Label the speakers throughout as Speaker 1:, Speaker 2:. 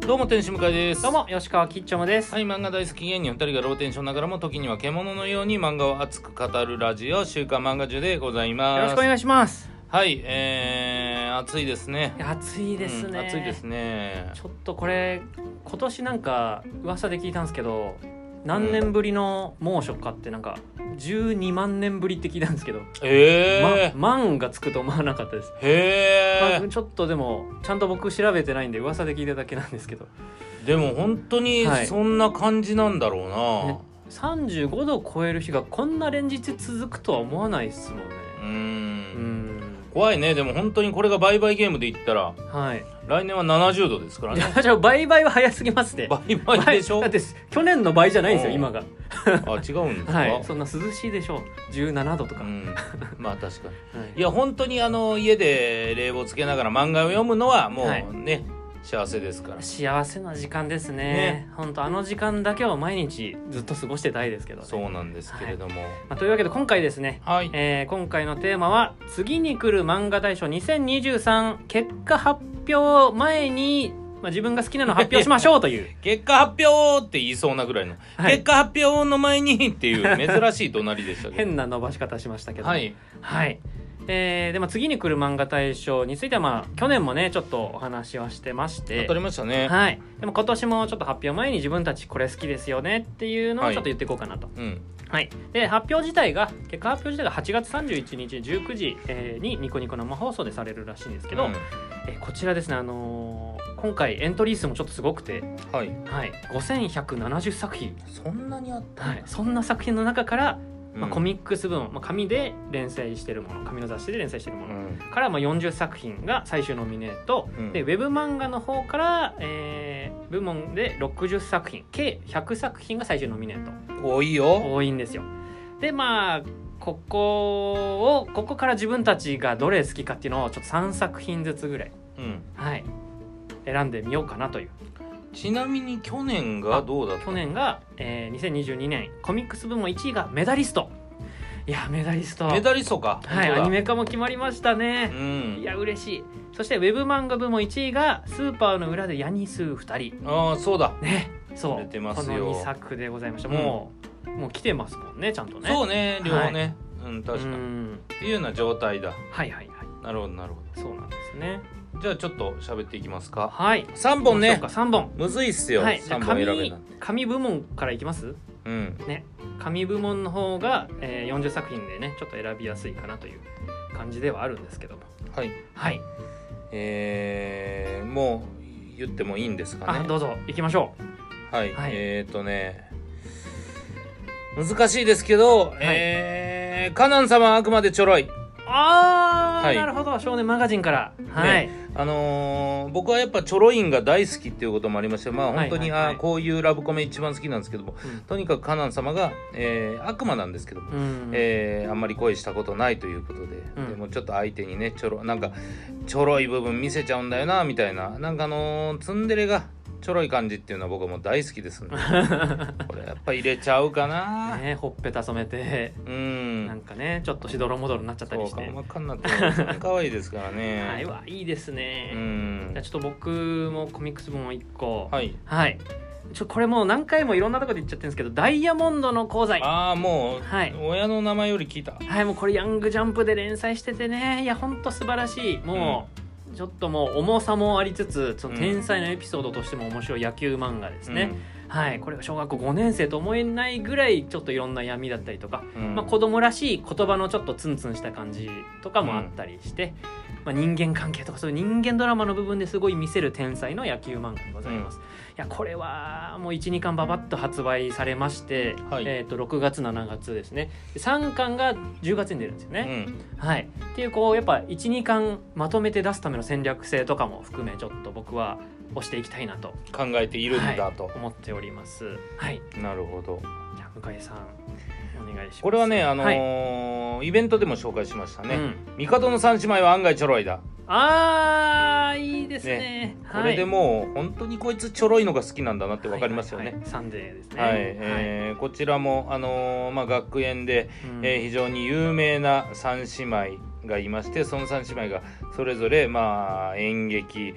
Speaker 1: どうも天使向井です
Speaker 2: どうも吉川きっちょむです
Speaker 1: はい漫画大好き芸人2人がローテンションながらも時には獣のように漫画を熱く語るラジオ週刊漫画中でございます
Speaker 2: よろしくお願いします
Speaker 1: はいえー、暑いですね
Speaker 2: いや暑いですね、
Speaker 1: うん暑いですね
Speaker 2: ちょっとこれ今年なんか噂で聞いたんですけど何年ぶりの猛暑かってなんか12万年ぶりって聞いたんですけど、
Speaker 1: えー、
Speaker 2: ま、万がつくと思わなかったです、
Speaker 1: へ
Speaker 2: まあちょっとでもちゃんと僕調べてないんで噂で聞いただけなんですけど
Speaker 1: えでも本当に
Speaker 2: はい
Speaker 1: そんな感じなんだろうな、
Speaker 2: ね35度を超える日がこんな連日続くとは思わないですもんね
Speaker 1: うー
Speaker 2: うんん
Speaker 1: 怖いねでも本当にこれが売買ゲームで言ったら
Speaker 2: はい
Speaker 1: 来年は70度ですから
Speaker 2: い
Speaker 1: ね
Speaker 2: やじゃあ倍々は早すぎますね
Speaker 1: 倍買でしょ
Speaker 2: だって去年の倍じゃないんですよ
Speaker 1: うん
Speaker 2: 今が
Speaker 1: あ違うんですか、
Speaker 2: はいそんな涼しいでしょう17度と
Speaker 1: う
Speaker 2: か、
Speaker 1: んまあ確かに
Speaker 2: はい
Speaker 1: いや本当にあの家で冷房つけながら漫画を読むのはもう
Speaker 2: はい
Speaker 1: ね、幸せですから
Speaker 2: 幸せな時間ですね
Speaker 1: ね
Speaker 2: 本当あの時間だけを毎日ずっと過ごしてたいですけどね、
Speaker 1: そうなんですけれども
Speaker 2: まあというわけで今回ですね、
Speaker 1: はい、
Speaker 2: えー今回のテーマは「次に来る漫画大賞2023結果発表前に、まあ、自分が好きなの発表しましょう」という、
Speaker 1: 結果発表って言いそうなぐらいの、
Speaker 2: はい
Speaker 1: 結果発表の前に っていう珍しい怒鳴りでしたけど
Speaker 2: 変な伸ばし方しましたけど、
Speaker 1: はい
Speaker 2: はい。えーでも次に来る漫画大賞についてはまあ去年もねちょっとお話はしてまし
Speaker 1: 当
Speaker 2: て
Speaker 1: たりましたね、
Speaker 2: はい、でも今年もちょっと発表前に自分たちこれ好きですよねっていうの
Speaker 1: は
Speaker 2: を
Speaker 1: い
Speaker 2: ちょっと言っていこうかなと、はい
Speaker 1: うん
Speaker 2: で発表自体が結果発表自体が8月31日19時、えーにニコニコ生放送でされるらしいんですけど、
Speaker 1: うん
Speaker 2: えーこちらですね、あのー今回エントリー数もちょっとすごくて、
Speaker 1: はい
Speaker 2: はい、5170作品、
Speaker 1: そんなにあった
Speaker 2: はい、そんな作品の中から、まあ、コ
Speaker 1: ミ
Speaker 2: ミックス部門、まあ、紙で連載してるもの紙の雑誌で連載してるも
Speaker 1: う
Speaker 2: の、
Speaker 1: ん
Speaker 2: からまあ40作品が最終ノミネート、
Speaker 1: うん
Speaker 2: でウェブ漫画の方から、えー部門で60作品計100作品が最終ノミネート
Speaker 1: 多いよ
Speaker 2: 多いんですよでまあここをここから自分たちがどれ好きかっていうのをちょっと3作品ずつぐらい、
Speaker 1: うん
Speaker 2: はい、選んでみようかなという
Speaker 1: ちなみに去年がどうだった
Speaker 2: 去年が、えー2022年コミックス部門1位がメダリストいやメダリスト
Speaker 1: メダリストか
Speaker 2: はい
Speaker 1: 本当だ
Speaker 2: アニメ化も決まりましたね、
Speaker 1: うん
Speaker 2: いや嬉しいそしてウェブ漫画部門1位が「スーパーの裏でヤニスー2人
Speaker 1: ああそうだ」
Speaker 2: ねそう
Speaker 1: 出てますよ
Speaker 2: この2作でございましたもう、もう来てますもんねちゃんとね
Speaker 1: そうね両方ね、うん確か
Speaker 2: う
Speaker 1: に
Speaker 2: ん
Speaker 1: っていうような状態だ
Speaker 2: はいはいはい
Speaker 1: なるほどなるほ
Speaker 2: そうなんですね
Speaker 1: どじゃあちょっと喋っていきますか
Speaker 2: はい
Speaker 1: 3本ね
Speaker 2: 3本
Speaker 1: むずいっすよ、
Speaker 2: はいじゃあ
Speaker 1: 3本選べ
Speaker 2: 紙
Speaker 1: な
Speaker 2: 紙部門からいきます
Speaker 1: うん
Speaker 2: ね紙部門の方が、えー40作品でねちょっと選びやすいかなという感じではあるんですけども
Speaker 1: はい
Speaker 2: はい
Speaker 1: えー、もう言ってもいいんですか
Speaker 2: あ
Speaker 1: ね
Speaker 2: どうぞ行きましょ
Speaker 1: はい、
Speaker 2: はい
Speaker 1: えっ、ー、とね難しいですけど、えー、カナン様はあくまでちょろいう
Speaker 2: あー、
Speaker 1: はい
Speaker 2: なるほど少年マガジンからはい、
Speaker 1: あのー僕はやっぱチョロインが大好きっていうこともありましてまあ本当に、
Speaker 2: はいはいはい
Speaker 1: あーこういうラブコメ一番好きなんですけども
Speaker 2: うん
Speaker 1: とにかくカナン様が、えー、悪魔なんですけども
Speaker 2: うん
Speaker 1: えーあんまり恋したことないということで、
Speaker 2: うん
Speaker 1: でもちょっと相手にねちょろなんかちょろい部分見せちゃうんだよなみたいななんかあのーツンデレがちょろい感じっていうのは僕はもう大好きですんで これやっぱ入れちゃうかな、
Speaker 2: ね、ほっぺた染めて、
Speaker 1: う
Speaker 2: なん
Speaker 1: ん
Speaker 2: かねちょっとしどろもどろになっちゃった
Speaker 1: そ
Speaker 2: り
Speaker 1: う
Speaker 2: し
Speaker 1: か
Speaker 2: て
Speaker 1: 真っ赤になって本当に可愛いですからね
Speaker 2: はいわいいです
Speaker 1: う
Speaker 2: ね、
Speaker 1: ん
Speaker 2: じゃあちょっと僕もコミックス部門1個はい、
Speaker 1: はい
Speaker 2: ちょこれもう何回もいろんなとこで言っちゃってるんですけど「ダイヤモンドの鉱材」は
Speaker 1: ああもう、
Speaker 2: はい
Speaker 1: 親の名前より聞いた
Speaker 2: いもうこれ「ヤングジャンプ」で連載しててねいやほんと素晴らしいもう、ちょっともう重さもありつつその天才のエピソードとしても面白い野球漫画ですね、はいこれが小学校5年生と思えないぐらいちょっといろんな闇だったりとか
Speaker 1: うん、うん
Speaker 2: まあ、子供らしい言葉のちょっとツンツンした感じとかもあったりして、まあ、人間関係とかそういう人間ドラマの部分ですごい見せる天才の野球漫画でございます、いやこれはもう12巻ババッと発売されまして、
Speaker 1: はい
Speaker 2: えー、と6月7月ですねで3巻が10月に出るんですよ
Speaker 1: う
Speaker 2: ね、
Speaker 1: ん
Speaker 2: はいっていうこうやっぱ12巻まとめて出すための戦略性とかも含めちょっと僕は推していきたいなと
Speaker 1: 考えているんだと、
Speaker 2: 思っておりますはい
Speaker 1: なるほど
Speaker 2: じゃあ向井さんお願いします
Speaker 1: これはねあの
Speaker 2: はい
Speaker 1: ーイベントでも紹介しましたね、
Speaker 2: うん
Speaker 1: 帝の三姉妹は案外ちょろいだ、
Speaker 2: あーいいですねはい、
Speaker 1: これでもう本当にこいつちょろいのが好きなんだなってわかりますよ
Speaker 2: はいは
Speaker 1: ね
Speaker 2: いはいサンデーですね
Speaker 1: はいえーこちらも、あのーまあ、学園で、
Speaker 2: はいうん
Speaker 1: えー非常に有名な三姉妹がいましてその3姉妹がそれぞれまあ演劇、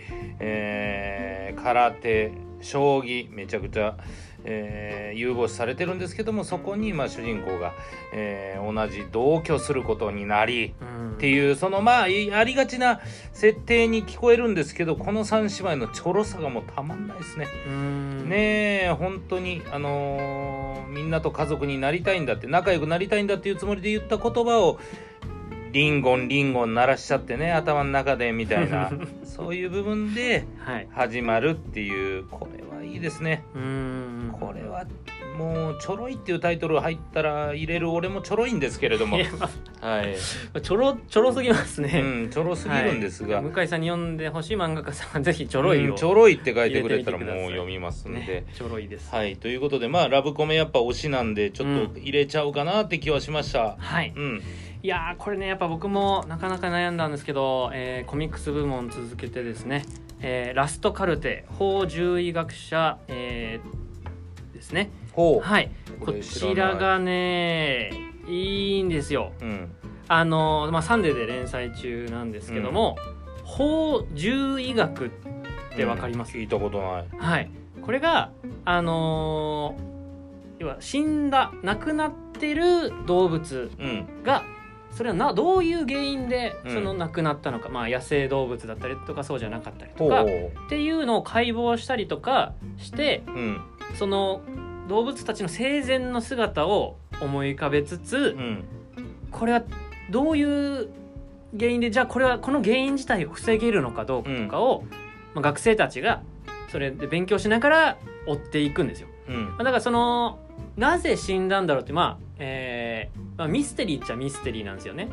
Speaker 1: えー空手将棋めちゃくちゃ、えー有望視されてるんですけどもそこにまあ主人公が、えー同じ同居することになり
Speaker 2: うん
Speaker 1: っていうそのまあいありがちな設定に聞こえるんですけどこの3姉妹のちょろさがもうたまんないですね。
Speaker 2: うん
Speaker 1: ねえ本当にあのーみんなと家族になりたいんだって仲良くなりたいんだっていうつもりで言った言葉をリンゴンリンゴン鳴らしちゃってね頭の中でみたいなそういう部分で
Speaker 2: はい
Speaker 1: 始まるっていうこれはいいですね
Speaker 2: うん
Speaker 1: これはもう「ちょろい」っていうタイトル入ったら入れる俺もちょろいんですけれども
Speaker 2: いやま
Speaker 1: はい、
Speaker 2: あちょろちょろすぎます
Speaker 1: う
Speaker 2: ね、
Speaker 1: ん、ちょろすぎるんですが、
Speaker 2: 向井さんに読んでほしい漫画家さんはぜひちょろいを、
Speaker 1: うんちょろいって書いてくれたらも
Speaker 2: 入れてみてくださいう
Speaker 1: 読みますんで。
Speaker 2: ねちょろいです
Speaker 1: はい、ということで、まあ、ラブコメやっぱ推しなんで、ちょっと入れちゃおうかなって気はしました。
Speaker 2: はい
Speaker 1: うん、
Speaker 2: いやーこれねやっぱ僕もなかなか悩んだんですけど、えーコミックス部門続けてですね、えーラストカルテ法獣医学者、えーですね
Speaker 1: ほ
Speaker 2: はい
Speaker 1: こ
Speaker 2: こ
Speaker 1: れ知らない
Speaker 2: ちらがねいいんですよ
Speaker 1: う。うん、
Speaker 2: あのまあサンデーで連載中なんですけども、法獣医学ってわかります
Speaker 1: 聞いたことない。
Speaker 2: はい、これがあのー要は死んだ亡くなってる動物
Speaker 1: うん、
Speaker 2: がそれはなどういう原因で
Speaker 1: うん
Speaker 2: その亡くなったのか、まあ野生動物だったりとかそうじゃなかったり
Speaker 1: ほ
Speaker 2: とかっ
Speaker 1: う、
Speaker 2: ていうのを解剖したりとかして
Speaker 1: うん、
Speaker 2: その動物たちの生前の姿を思い浮かべつつ
Speaker 1: う、ん、
Speaker 2: これはどういう原因でじゃあこれはこの原因自体を防げるのかどうかとかを、まあ、学生たちがそれで勉強しながら追っていくんですよ。
Speaker 1: うん
Speaker 2: まあ、だからそのなぜ死んだんだろうって、まあえーまあ、ミステリーっちゃミステリーなんですよね。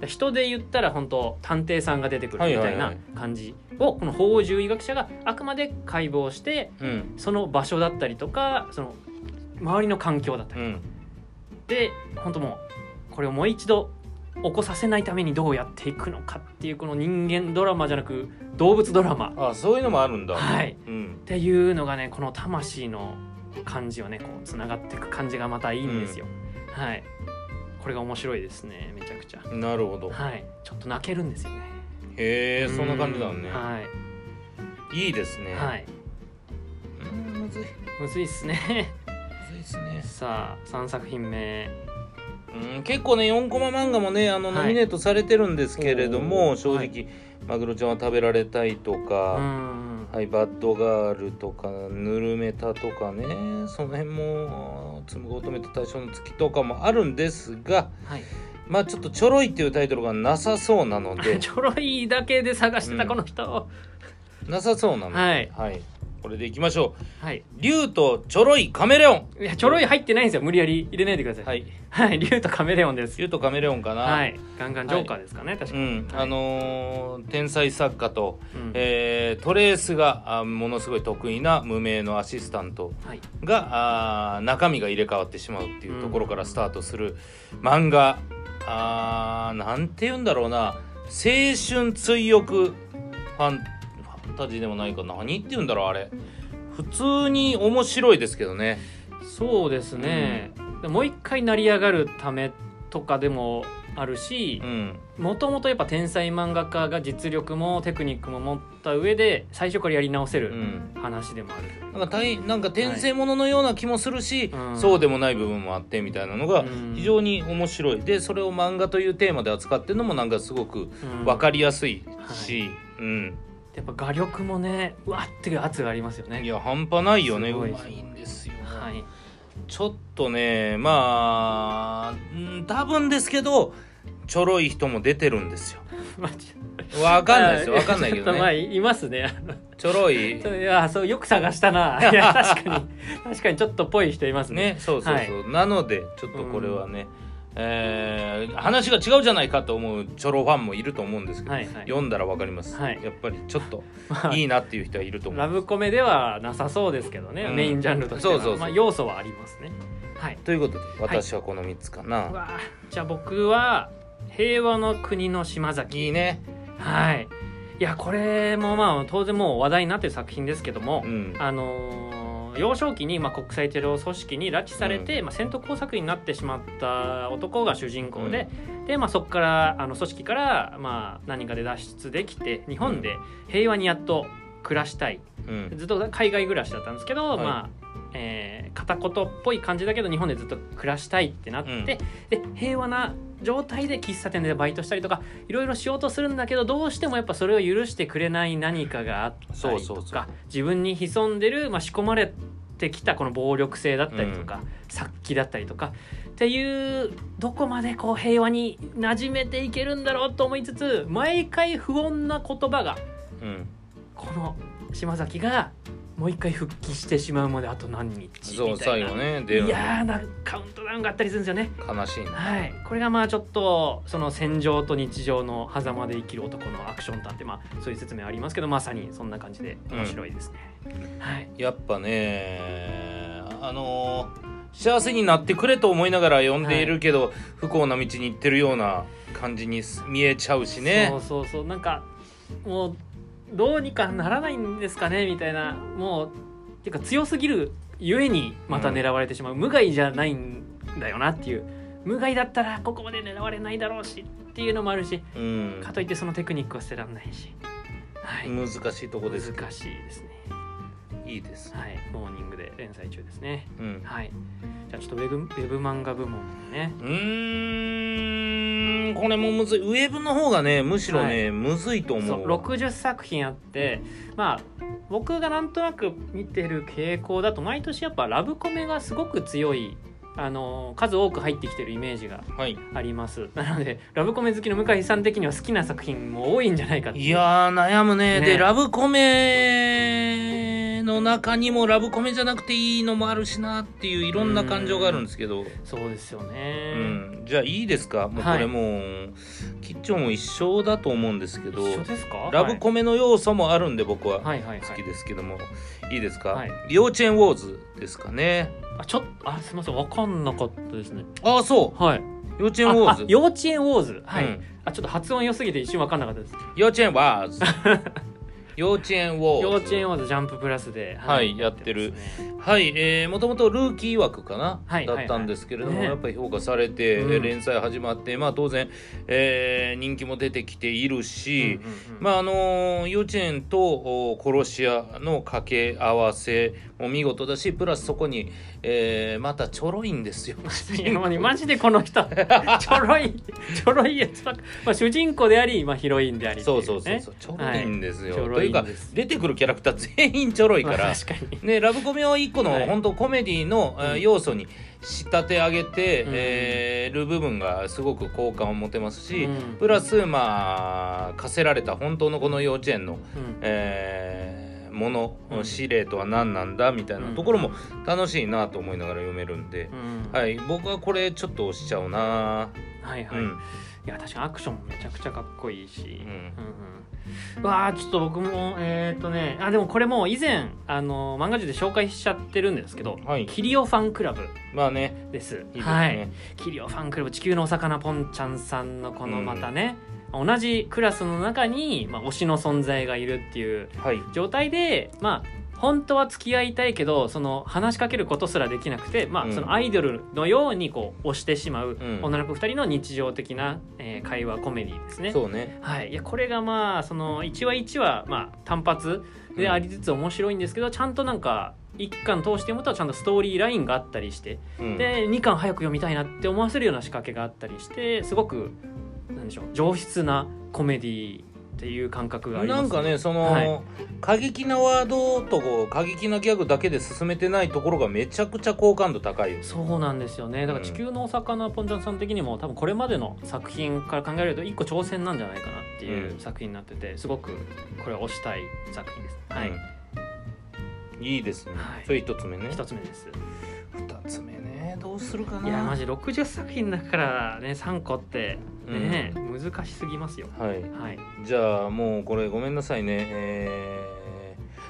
Speaker 1: うん、
Speaker 2: 人で言ったら本当探偵さんが出てくるみたい
Speaker 1: はいはいは
Speaker 2: ない感じをこの法獣医学者があくまで解剖して
Speaker 1: うん、
Speaker 2: その場所だったりとかその周りの環境だった
Speaker 1: う
Speaker 2: り
Speaker 1: ん、
Speaker 2: で本当もうこれをもう一度起こさせないためにどうやっていくのかっていうこの人間ドラマじゃなく動物ドラマ
Speaker 1: あ、そういうのもあるんだ。
Speaker 2: はいっ
Speaker 1: うん、
Speaker 2: ていうのがねこの魂の感じはねこうつながっていく感じがまたいいんですよ、はいこれが面白いですねめちゃくちゃ
Speaker 1: なるほど。
Speaker 2: はいちょっと泣けるんですよね
Speaker 1: へえ、そんな感じだ
Speaker 2: う
Speaker 1: ね
Speaker 2: ん。はい
Speaker 1: いいですね。
Speaker 2: はい、
Speaker 1: うん、むずい、む
Speaker 2: むずいっすね
Speaker 1: ずいですね。
Speaker 2: さあ3作品目
Speaker 1: うん、結構ね4コマ漫画もねあの
Speaker 2: はい
Speaker 1: ノミネートされてるんですけれども、
Speaker 2: おー
Speaker 1: 正直、
Speaker 2: はい
Speaker 1: マグロちゃんは食べられたいと
Speaker 2: う
Speaker 1: か、
Speaker 2: ん
Speaker 1: はい、バッドガールとかぬるめたとかねその辺もつむぐ乙女と対象の月とかもあるんですが
Speaker 2: はい
Speaker 1: まあちょっとちょろいっていうタイトルがなさそうなので
Speaker 2: ちょろいだけで探してたこの人、
Speaker 1: なさそうなので、
Speaker 2: はい
Speaker 1: これでいきましょう
Speaker 2: はい
Speaker 1: 「竜とちょろいカメレオン
Speaker 2: いやちょろい入ってないんですよ無理やり入れないでくだ」さ
Speaker 1: はいい
Speaker 2: はい竜とカメレオンです
Speaker 1: 竜とカメレオンかな、
Speaker 2: はいガンガンジョーカーですかね、確
Speaker 1: う
Speaker 2: かに、
Speaker 1: ん
Speaker 2: はい
Speaker 1: あのー天才作家と、
Speaker 2: うん
Speaker 1: えートレースがあものすごい得意な無名のアシスタント
Speaker 2: はい
Speaker 1: があー中身が入れ替わってしまうっていうところからスタートする漫画、あーなんて言うんだろうな青春追憶ファンファンタジーでもないか何って言うんだろうあれ普通に面白いですけどね
Speaker 2: そうですね、でもう一回成り上がるためとかでもあるし
Speaker 1: うん
Speaker 2: もともとやっぱ天才漫画家が実力もテクニックも持った上で最初からやり直せ
Speaker 1: う
Speaker 2: る
Speaker 1: ん
Speaker 2: 話でもある、
Speaker 1: なんか大なんか転生もののような気もするし、
Speaker 2: はいうん
Speaker 1: そうでもない部分もあってみたいなのが
Speaker 2: うん
Speaker 1: 非常に面白いでそれを漫画というテーマで扱ってるのもなんかすごく
Speaker 2: うん
Speaker 1: 分かりやすいし、うん、
Speaker 2: やっぱ画力もねうわっていう圧がありますよね
Speaker 1: いや半端ないよね
Speaker 2: す
Speaker 1: う
Speaker 2: ご
Speaker 1: ま
Speaker 2: いです
Speaker 1: いんですよ、
Speaker 2: はい
Speaker 1: ちょっとねまあうん多分ですけどちょろい人も出てるんですよ わかんないですよわかんないけど
Speaker 2: まあ
Speaker 1: ね
Speaker 2: いますね
Speaker 1: ちょろい
Speaker 2: ちょいやそうよく探し たないや確かに確かにちょっとぽい人いますね
Speaker 1: ねそうそうそう、なのでちょっとこれはね、えー話が違うじゃないかと思うちょろファンもいると思うんですけど、
Speaker 2: はいはい
Speaker 1: 読んだらわかります、
Speaker 2: はい
Speaker 1: やっぱりちょっ と
Speaker 2: まあ
Speaker 1: いいなっていう人はいると思う
Speaker 2: ラブコメではなさそうですけどね、
Speaker 1: うん
Speaker 2: メインジャンルとしては
Speaker 1: そうそうそう
Speaker 2: まあ、要素はありますねはい
Speaker 1: ということで私はこの3つかな、
Speaker 2: うわーじゃあ僕は平和の国の島
Speaker 1: い、い
Speaker 2: 崎
Speaker 1: ね
Speaker 2: はいいやこれもまあ当然もう話題になってる作品ですけども、
Speaker 1: うん
Speaker 2: あのーの幼少期に、まあ、国際テロ組織に拉致されて、まあ、戦闘工作員になってしまった男が主人公で,、でまあ、そこからあの組織から、まあ、何かで脱出できて日本で平和にやっと暮らしたい
Speaker 1: うん
Speaker 2: ずっと海外暮らしだったんですけど、
Speaker 1: はい
Speaker 2: まあえー片言っぽい感じだけど日本でずっと暮らしたいってなって、
Speaker 1: うん
Speaker 2: で平和な状態で喫茶店でバイトしたりとかいろいろしようとするんだけどどうしてもやっぱそれを許してくれない何かがあったりとか
Speaker 1: そうそうそう
Speaker 2: 自分に潜んでる、まあ、仕込まれてきたこの暴力性だったりとか、殺気だったりとかっていうどこまでこう平和に馴染めていけるんだろうと思いつつ毎回不穏な言葉が
Speaker 1: うん
Speaker 2: この島崎がもう一回復帰してしまうまであと何日みたいな
Speaker 1: そう最後ね出るの
Speaker 2: 嫌なカウントダウンがあったりするんですよね
Speaker 1: 悲しいな
Speaker 2: はいこれがまあちょっとその戦場と日常の狭間で生きる男のアクション探偵まあそういう説明ありますけどまさにそんな感じで面白いですね、はい
Speaker 1: やっぱねあのー幸せになってくれと思いながら読んでいるけど、不幸な道に行ってるような感じに見えちゃうしね
Speaker 2: そうそうそうなんかもうどうにかならないんですかねみたいなもうっていうか強すぎるゆえにまた狙われてしまう、無害じゃないんだよなっていう無害だったらここまで狙われないだろうしっていうのもあるし
Speaker 1: うん
Speaker 2: かといってそのテクニックは捨てられないし、はい、
Speaker 1: 難しいとこ
Speaker 2: 難
Speaker 1: です
Speaker 2: しい
Speaker 1: けど
Speaker 2: ですね
Speaker 1: いいです、
Speaker 2: はいモーニングで連載中ですね
Speaker 1: うん、
Speaker 2: はいじゃあちょっとウェブウェブ漫画部門ね
Speaker 1: うーんこれもむずいウェブの方がねむしろね、むずいと思
Speaker 2: そう
Speaker 1: う
Speaker 2: 60作品あってまあ僕がなんとなく見てる傾向だと毎年やっぱラブコメがすごく強いあの数多く入ってきてるイメージが
Speaker 1: はい
Speaker 2: ありますなのでラブコメ好きの向井さん的には好きな作品も多いんじゃないかっていう
Speaker 1: いやー悩むね
Speaker 2: ね
Speaker 1: でラブコメの中にもラブコメじゃなくていいのもあるしなっていういろんな感情があるんですけど
Speaker 2: そうですよ
Speaker 1: う
Speaker 2: ね、
Speaker 1: ん、じゃあいいですかもうこ
Speaker 2: はい
Speaker 1: れもう、吉兆も一緒だと思うんですけど
Speaker 2: 一緒ですか
Speaker 1: ラブコメの要素もあるんで僕は
Speaker 2: はいはいはい、
Speaker 1: 好
Speaker 2: は
Speaker 1: き
Speaker 2: い、
Speaker 1: ですけども、い、いですか、
Speaker 2: はい
Speaker 1: 幼稚園ウォーズですかね
Speaker 2: あちょっとあすみませんわかんなかったですね
Speaker 1: ああそ
Speaker 2: はい
Speaker 1: 幼稚園ウォ
Speaker 2: あ
Speaker 1: ー
Speaker 2: あ
Speaker 1: ズ
Speaker 2: 幼稚園ウォーズはい、
Speaker 1: うん
Speaker 2: あちょっと発音良すぎて一瞬わかんなかったです
Speaker 1: 幼稚園ワー ズ幼稚園ウォーズ
Speaker 2: 幼稚園ウォーズジャンププラスでは
Speaker 1: はいやってる
Speaker 2: ますね
Speaker 1: はいえー、もともとルーキー枠かな、
Speaker 2: はい
Speaker 1: だったんですけれども、
Speaker 2: はいはい
Speaker 1: やっぱり評価されて、
Speaker 2: うん
Speaker 1: えー連載始まってまあ当然、えー人気も出てきているし、
Speaker 2: うんうんうん
Speaker 1: まああのー幼稚園とお殺し屋の掛け合わせも見事だしプラスそこに、えーまたちょろいんですよ。
Speaker 2: 今までマジでこの 人ちょろいちょろいやつばっか、まあ、主人公であり、まあ、ヒロインでありってい
Speaker 1: そうそうそう
Speaker 2: ね
Speaker 1: そうちょろいんですよ。
Speaker 2: はいちょ
Speaker 1: と
Speaker 2: ろ
Speaker 1: い
Speaker 2: いう
Speaker 1: か
Speaker 2: んです
Speaker 1: 出てくるキャラクター全員ちょろいか
Speaker 2: まあ
Speaker 1: ら。
Speaker 2: 確かに
Speaker 1: ね、ラブコメを一個の
Speaker 2: はい
Speaker 1: 本当コメディのえー
Speaker 2: うん
Speaker 1: 要素に仕立て上げて、
Speaker 2: うん
Speaker 1: えーる部分がすごく好感を持てますし、
Speaker 2: うん
Speaker 1: プラスまあ課せられた本当のこの幼稚園の、
Speaker 2: うん
Speaker 1: えーもの、
Speaker 2: うん
Speaker 1: 司令とは何なんだみたいなところも楽しいなと思いながら読めるんで、
Speaker 2: うん
Speaker 1: はい僕はこれちょっと押しちゃうな、
Speaker 2: はいは
Speaker 1: う
Speaker 2: い、
Speaker 1: ん
Speaker 2: いや確かにアクションもめちゃくちゃかっこいいし、うん
Speaker 1: ん
Speaker 2: うんうわあちょっと僕もえーっとねあでもこれもう以前あの漫画中で紹介しちゃってるんですけど、
Speaker 1: はい
Speaker 2: キリオファンクラブ
Speaker 1: まあね
Speaker 2: です
Speaker 1: いいですね、
Speaker 2: はいキリオファンクラブ地球のお魚ポンちゃんさんのこのまたね、同じクラスの中に、まあ、推しの存在がいるっていう
Speaker 1: はい
Speaker 2: 状態でまあ本当は付き合いたいけどその話しかけることすらできなくて、
Speaker 1: う
Speaker 2: まあ、
Speaker 1: ん
Speaker 2: そのアイドルのようにこう推してしまう
Speaker 1: うん
Speaker 2: 女の子2人の日常的な、えー会話コメディですね。
Speaker 1: そうね
Speaker 2: はい、いやこれがまあその1話1話、まあ、単発でありつつ面白いんですけど、ちゃんとなんか1巻通して読むとちゃんとストーリーラインがあったりして
Speaker 1: うん
Speaker 2: で2巻早く読みたいなって思わせるような仕掛けがあったりしてすごくなんでしょう上質なコメディっていう感覚があります
Speaker 1: なんかねその、
Speaker 2: はい
Speaker 1: 過激なワードとこう過激なギャグだけで進めてないところがめちゃくちゃ好感度高いよ
Speaker 2: そうなんですよねだから地球のお魚ポンちゃんさん的にも多分これまでの作品から考えると一個挑戦なんじゃないかなっていう
Speaker 1: うん
Speaker 2: 作品になっててすごくこれは推したい作品ですはい、
Speaker 1: うんいいですね、
Speaker 2: はい
Speaker 1: それ一つ目ね
Speaker 2: 一つ目です
Speaker 1: 二つ目ねどうするかない
Speaker 2: やマジ60作品だからね3個ってね、
Speaker 1: う
Speaker 2: 難しすぎますよ
Speaker 1: はい
Speaker 2: はい
Speaker 1: じゃあもうこれごめんなさいねえ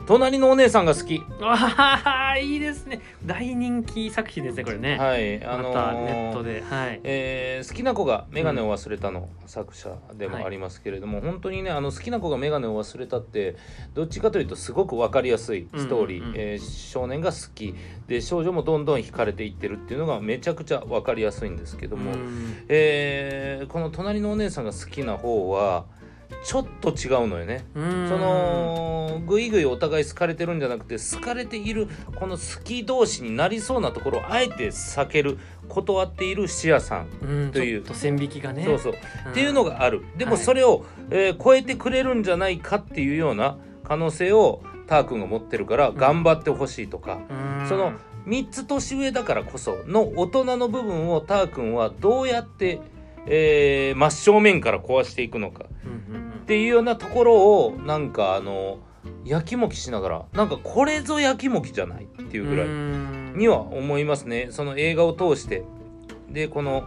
Speaker 1: 隣のお姉さんが好き。
Speaker 2: ああいいですね大人気作品ですねこれね、
Speaker 1: はい、あのー
Speaker 2: またネットではい
Speaker 1: えー好きな子が眼鏡を忘れたの、作者でもありますけれども、本当にねあの好きな子が眼鏡を忘れたってどっちかというとすごく分かりやすいストーリー、
Speaker 2: うんうんうん
Speaker 1: えー少年が好きで少女もどんどん惹かれていってるっていうのがめちゃくちゃ分かりやすいんですけども、
Speaker 2: うん
Speaker 1: えーこの「隣のお姉さん」が好きな方はちょっと違うのよね。
Speaker 2: うん
Speaker 1: そのぐいぐいお互い好かれてるんじゃなくて好かれているこの好き同士になりそうなところをあえて避ける断っているシアさん、
Speaker 2: うん
Speaker 1: という
Speaker 2: ちょっと線引きがね
Speaker 1: そうそう、
Speaker 2: ん
Speaker 1: っていうのがあるでも
Speaker 2: はい
Speaker 1: それを、えー超えてくれるんじゃないかっていうような可能性をター君が持ってるから頑張ってほしいとか、
Speaker 2: うん
Speaker 1: その3つ年上だからこその大人の部分をター君はどうやって、えー真正面から壊していくのか
Speaker 2: うんうんうん
Speaker 1: っていうようなところをなんかあのやきもきしながらなんかこれぞやきもきじゃないっていうぐらい
Speaker 2: うん
Speaker 1: には思いますねその映画を通してでこの、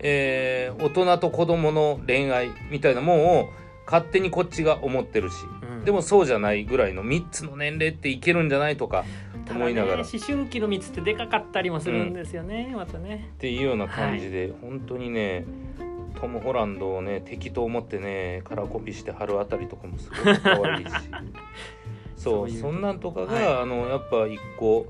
Speaker 1: えー大人と子供の恋愛みたいなもんを勝手にこっちが思ってるし
Speaker 2: うん
Speaker 1: でもそうじゃないぐらいの3つの年齢っていけるんじゃないとか
Speaker 2: ただね
Speaker 1: 思いながらっ
Speaker 2: 思春期の蜜ってでかかったりもするんですよね、またね
Speaker 1: ていうような感じで本当にねトム・ホランドをね敵と思ってねカラーコピーして貼るあたりとかもすごい可愛い しそ
Speaker 2: そう
Speaker 1: う
Speaker 2: いう
Speaker 1: そんなんとかが、
Speaker 2: は
Speaker 1: あのやっぱ一個、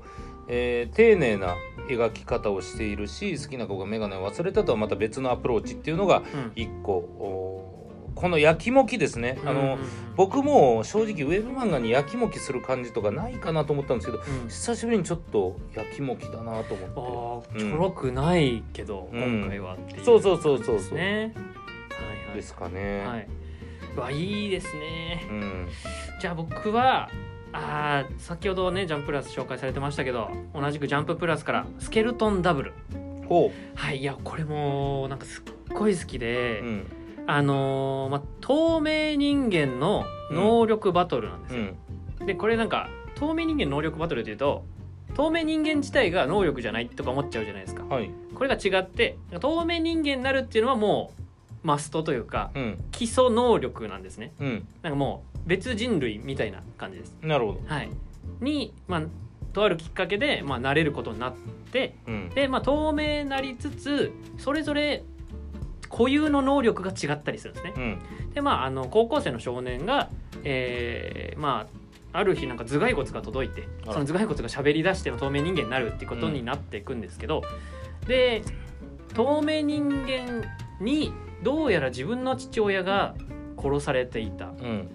Speaker 1: えー丁寧な描き方をしているし好きな子が眼鏡を忘れたとはまた別のアプローチっていうのが
Speaker 2: うん
Speaker 1: 一個おーこのやきもきですね、あ
Speaker 2: うんうんう
Speaker 1: の
Speaker 2: ん
Speaker 1: 僕も正直ウェブ漫画にやきもきする感じとかないかなと思ったんですけど
Speaker 2: うん
Speaker 1: 久しぶりにちょっとやきもきだなと
Speaker 2: あ
Speaker 1: 思っ
Speaker 2: ー
Speaker 1: う
Speaker 2: ち
Speaker 1: ん
Speaker 2: ょろくないけど、
Speaker 1: うん
Speaker 2: 今回はってい
Speaker 1: て
Speaker 2: う
Speaker 1: そうそうそうそう
Speaker 2: です
Speaker 1: そう、
Speaker 2: ね
Speaker 1: で
Speaker 2: は
Speaker 1: すか
Speaker 2: い
Speaker 1: ね、
Speaker 2: はい、はい、うわいいですね
Speaker 1: うん
Speaker 2: じゃあ僕はあー先ほどね「ジャンププラス」紹介されてましたけど同じく「ジャンププラス」から「スケルトンダブル
Speaker 1: ほ」
Speaker 2: はいいやこれもなんかすっごい好きで、
Speaker 1: う、うん
Speaker 2: あのーまあ、透明人間の能力バトルなんです
Speaker 1: う
Speaker 2: よ、
Speaker 1: ん
Speaker 2: でこれなんか透明人間能力バトルっていうと透明人間自体が能力じゃないとか思っちゃうじゃないですか
Speaker 1: はい
Speaker 2: これが違って透明人間になるっていうのはもうマストというか
Speaker 1: うん
Speaker 2: 基礎能力なんですね
Speaker 1: うん
Speaker 2: なんかもう別人類みたいな感じです
Speaker 1: なるほど
Speaker 2: はいにまあとあるきっかけで、まあ、慣れることになって
Speaker 1: うん
Speaker 2: で、まあ、透明なりつつそれぞれ固有の能力が違ったりするんですね
Speaker 1: うん
Speaker 2: でまああの高校生の少年が、えーまあある日なんか頭蓋骨が届いて
Speaker 1: あら
Speaker 2: その頭蓋骨が喋り出して透明人間になるってことになっていくんですけど、で透明人間にどうやら自分の父親が殺されていたも
Speaker 1: うん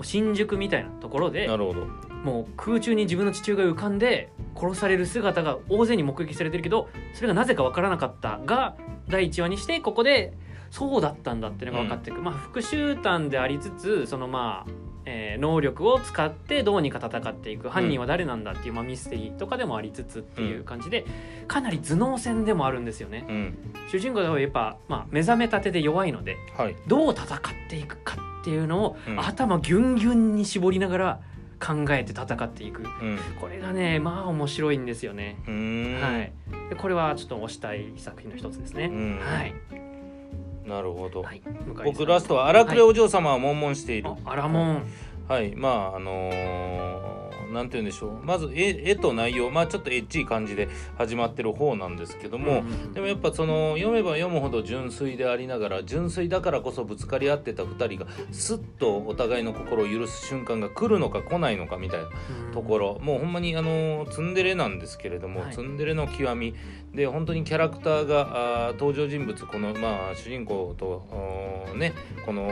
Speaker 2: う新宿みたいなところで
Speaker 1: なるほど
Speaker 2: もう空中に自分の父親が浮かんで殺される姿が大勢に目撃されてるけどそれがなぜか分からなかったが第1話にしてここでそうだったんだっていうのが分かっていく、まあ復讐譚でありつつそのまあ、えー能力を使ってどうにか戦っていく犯人は誰なんだっていう、まあ、ミステリーとかでもありつつっていう感じでかなり頭脳戦でもあるんですよね。
Speaker 1: うん
Speaker 2: 主人公がやっぱ、まあ、目覚めたてで弱いので
Speaker 1: はい
Speaker 2: どう戦っていくかっていうのを、
Speaker 1: うん
Speaker 2: 頭ギュンギュンに絞りながら考えて戦っていく
Speaker 1: うんう
Speaker 2: これがねまあ面白いんですよね、
Speaker 1: ーん
Speaker 2: はいでこれはちょっと推したい作品の一つですね、
Speaker 1: うん
Speaker 2: はい、
Speaker 1: なるほど、
Speaker 2: はい、向井さん
Speaker 1: 僕ラストは荒くれお嬢様は悶々している、
Speaker 2: あ
Speaker 1: はい、
Speaker 2: アラモン
Speaker 1: まああのーなんて言うんでしょうまず絵絵と内容まあちょっとエッチい感じで始まってる方なんですけども、でもやっぱその読めば読むほど純粋でありながら純粋だからこそぶつかり合ってた2人がすっとお互いの心を許す瞬間が来るのか来ないのかみたいなところもうほんまにあのツンデレなんですけれども、
Speaker 2: はい
Speaker 1: ツンデレの極みで本当にキャラクターがあー登場人物このまあ主人公とおーねこの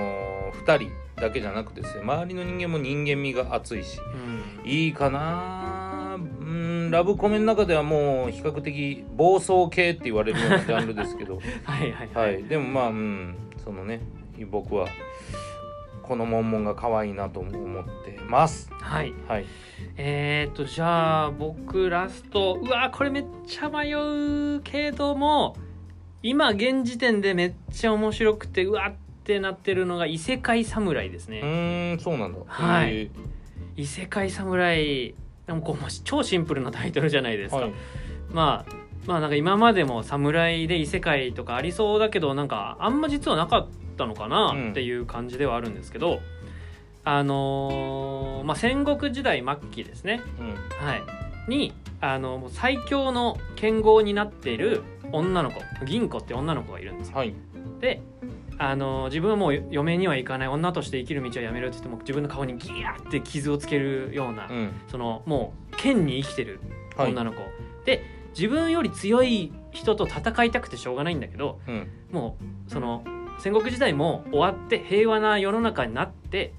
Speaker 1: 2人だけじゃなくてですね周りの人間も人間味が熱いし
Speaker 2: ろ、うん
Speaker 1: いいかなうんラブコメの中ではもう比較的暴走系って言われるようなジャンルですけ ど、
Speaker 2: はいはいは、
Speaker 1: はいい、でもまあうんそのね僕はこのモンモンが可愛いなと思ってます。
Speaker 2: はい、
Speaker 1: はい、
Speaker 2: えー、っとじゃあ僕ラストうわーこれめっちゃ迷うけども今現時点でめっちゃ面白くてうわーってなってるのが異世界侍ですね、
Speaker 1: うーんそうなんだ。
Speaker 2: はい
Speaker 1: え
Speaker 2: 異世界侍でもこうまあ超シンプルなタイトルじゃないです
Speaker 1: ー
Speaker 2: か、
Speaker 1: はい、
Speaker 2: まあまあなんか今までも侍で異世界とかありそうだけどなんかあんま実はなかったのかなっていう感じではあるんですけど、あのーまあ、戦国時代末期ですね、
Speaker 1: うん
Speaker 2: はい、にあのもう最強の剣豪になっている女の子銀子って女の子がいるんですよ。
Speaker 1: はい
Speaker 2: であの自分はもう嫁には行かない女として生きる道はやめるって言っても自分の顔にギヤーって傷をつけるような、
Speaker 1: うん
Speaker 2: そのもう剣に生きてる
Speaker 1: はい
Speaker 2: 女の子、で自分より強い人と戦いたくてしょうがないんだけど
Speaker 1: うん
Speaker 2: もうその戦国時代も終わって平和な世の中になって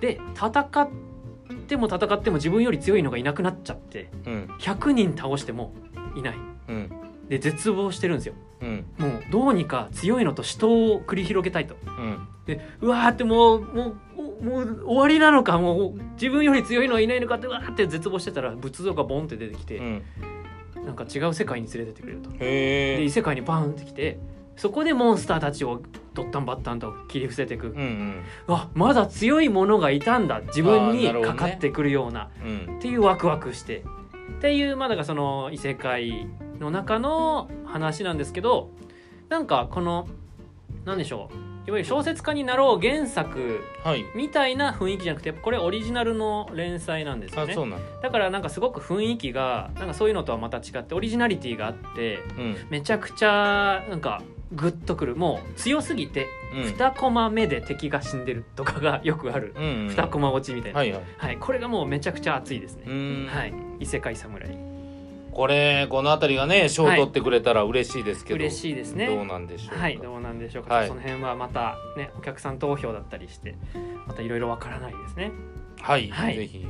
Speaker 2: で戦っても戦っても自分より強いのがいなくなっちゃって
Speaker 1: うん
Speaker 2: 100人倒してもいない
Speaker 1: うん
Speaker 2: で絶望してるんですよ
Speaker 1: うん
Speaker 2: もうどうにか強いのと死闘を繰り広げたいと
Speaker 1: うん
Speaker 2: でうわーってもうもうもうもう終わりなのかもう自分より強いのはいないのかってうわーって絶望してたら仏像がボンって出てきて、
Speaker 1: うん
Speaker 2: なんか違う世界に連れてってくれると
Speaker 1: へえ
Speaker 2: で異世界にバーンってきてそこでモンスターたちをドッタンバッタンと切り伏せてい
Speaker 1: う
Speaker 2: く、
Speaker 1: ん
Speaker 2: あまだ強いものがいたんだ自分に
Speaker 1: あーなるほど
Speaker 2: か
Speaker 1: ね
Speaker 2: かってくるような
Speaker 1: うんうん
Speaker 2: っていうワクワクしてっていうまあだからその異世界の中の話なんですけどなんかこのなんでしょういわゆる小説家になろう原作
Speaker 1: はい
Speaker 2: みたいな雰囲気じゃなくてやっぱこれオリジナルの連載なんですよ
Speaker 1: あ
Speaker 2: ね
Speaker 1: そうなんだ
Speaker 2: だからなんかすごく雰囲気がなんかそういうのとはまた違ってオリジナリティがあって
Speaker 1: うん
Speaker 2: めちゃくちゃなんかグッとくるもう強すぎて
Speaker 1: うん
Speaker 2: 2コマ目で敵が死んでるとかがよくある
Speaker 1: うん
Speaker 2: 2コマ落ちみたいな、
Speaker 1: はいはい
Speaker 2: はい、これがもうめちゃくちゃ熱いですね
Speaker 1: う。ん
Speaker 2: はい、異世界侍
Speaker 1: これこの辺りがね賞を取ってくれたら嬉しいですけど、
Speaker 2: 嬉しいですね
Speaker 1: どうなんでしょうか、
Speaker 2: はいどうなんでしょうか、
Speaker 1: はい
Speaker 2: その辺はまたねお客さん投票だったりしてまたいろいろわからないですね
Speaker 1: はい、
Speaker 2: はい
Speaker 1: ぜひ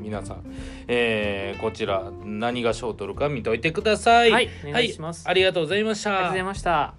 Speaker 1: 皆さん、えーこちら何が賞を取るか見といてくださ、
Speaker 2: はいお願いします、
Speaker 1: ありがとうございました
Speaker 2: ありがとうございました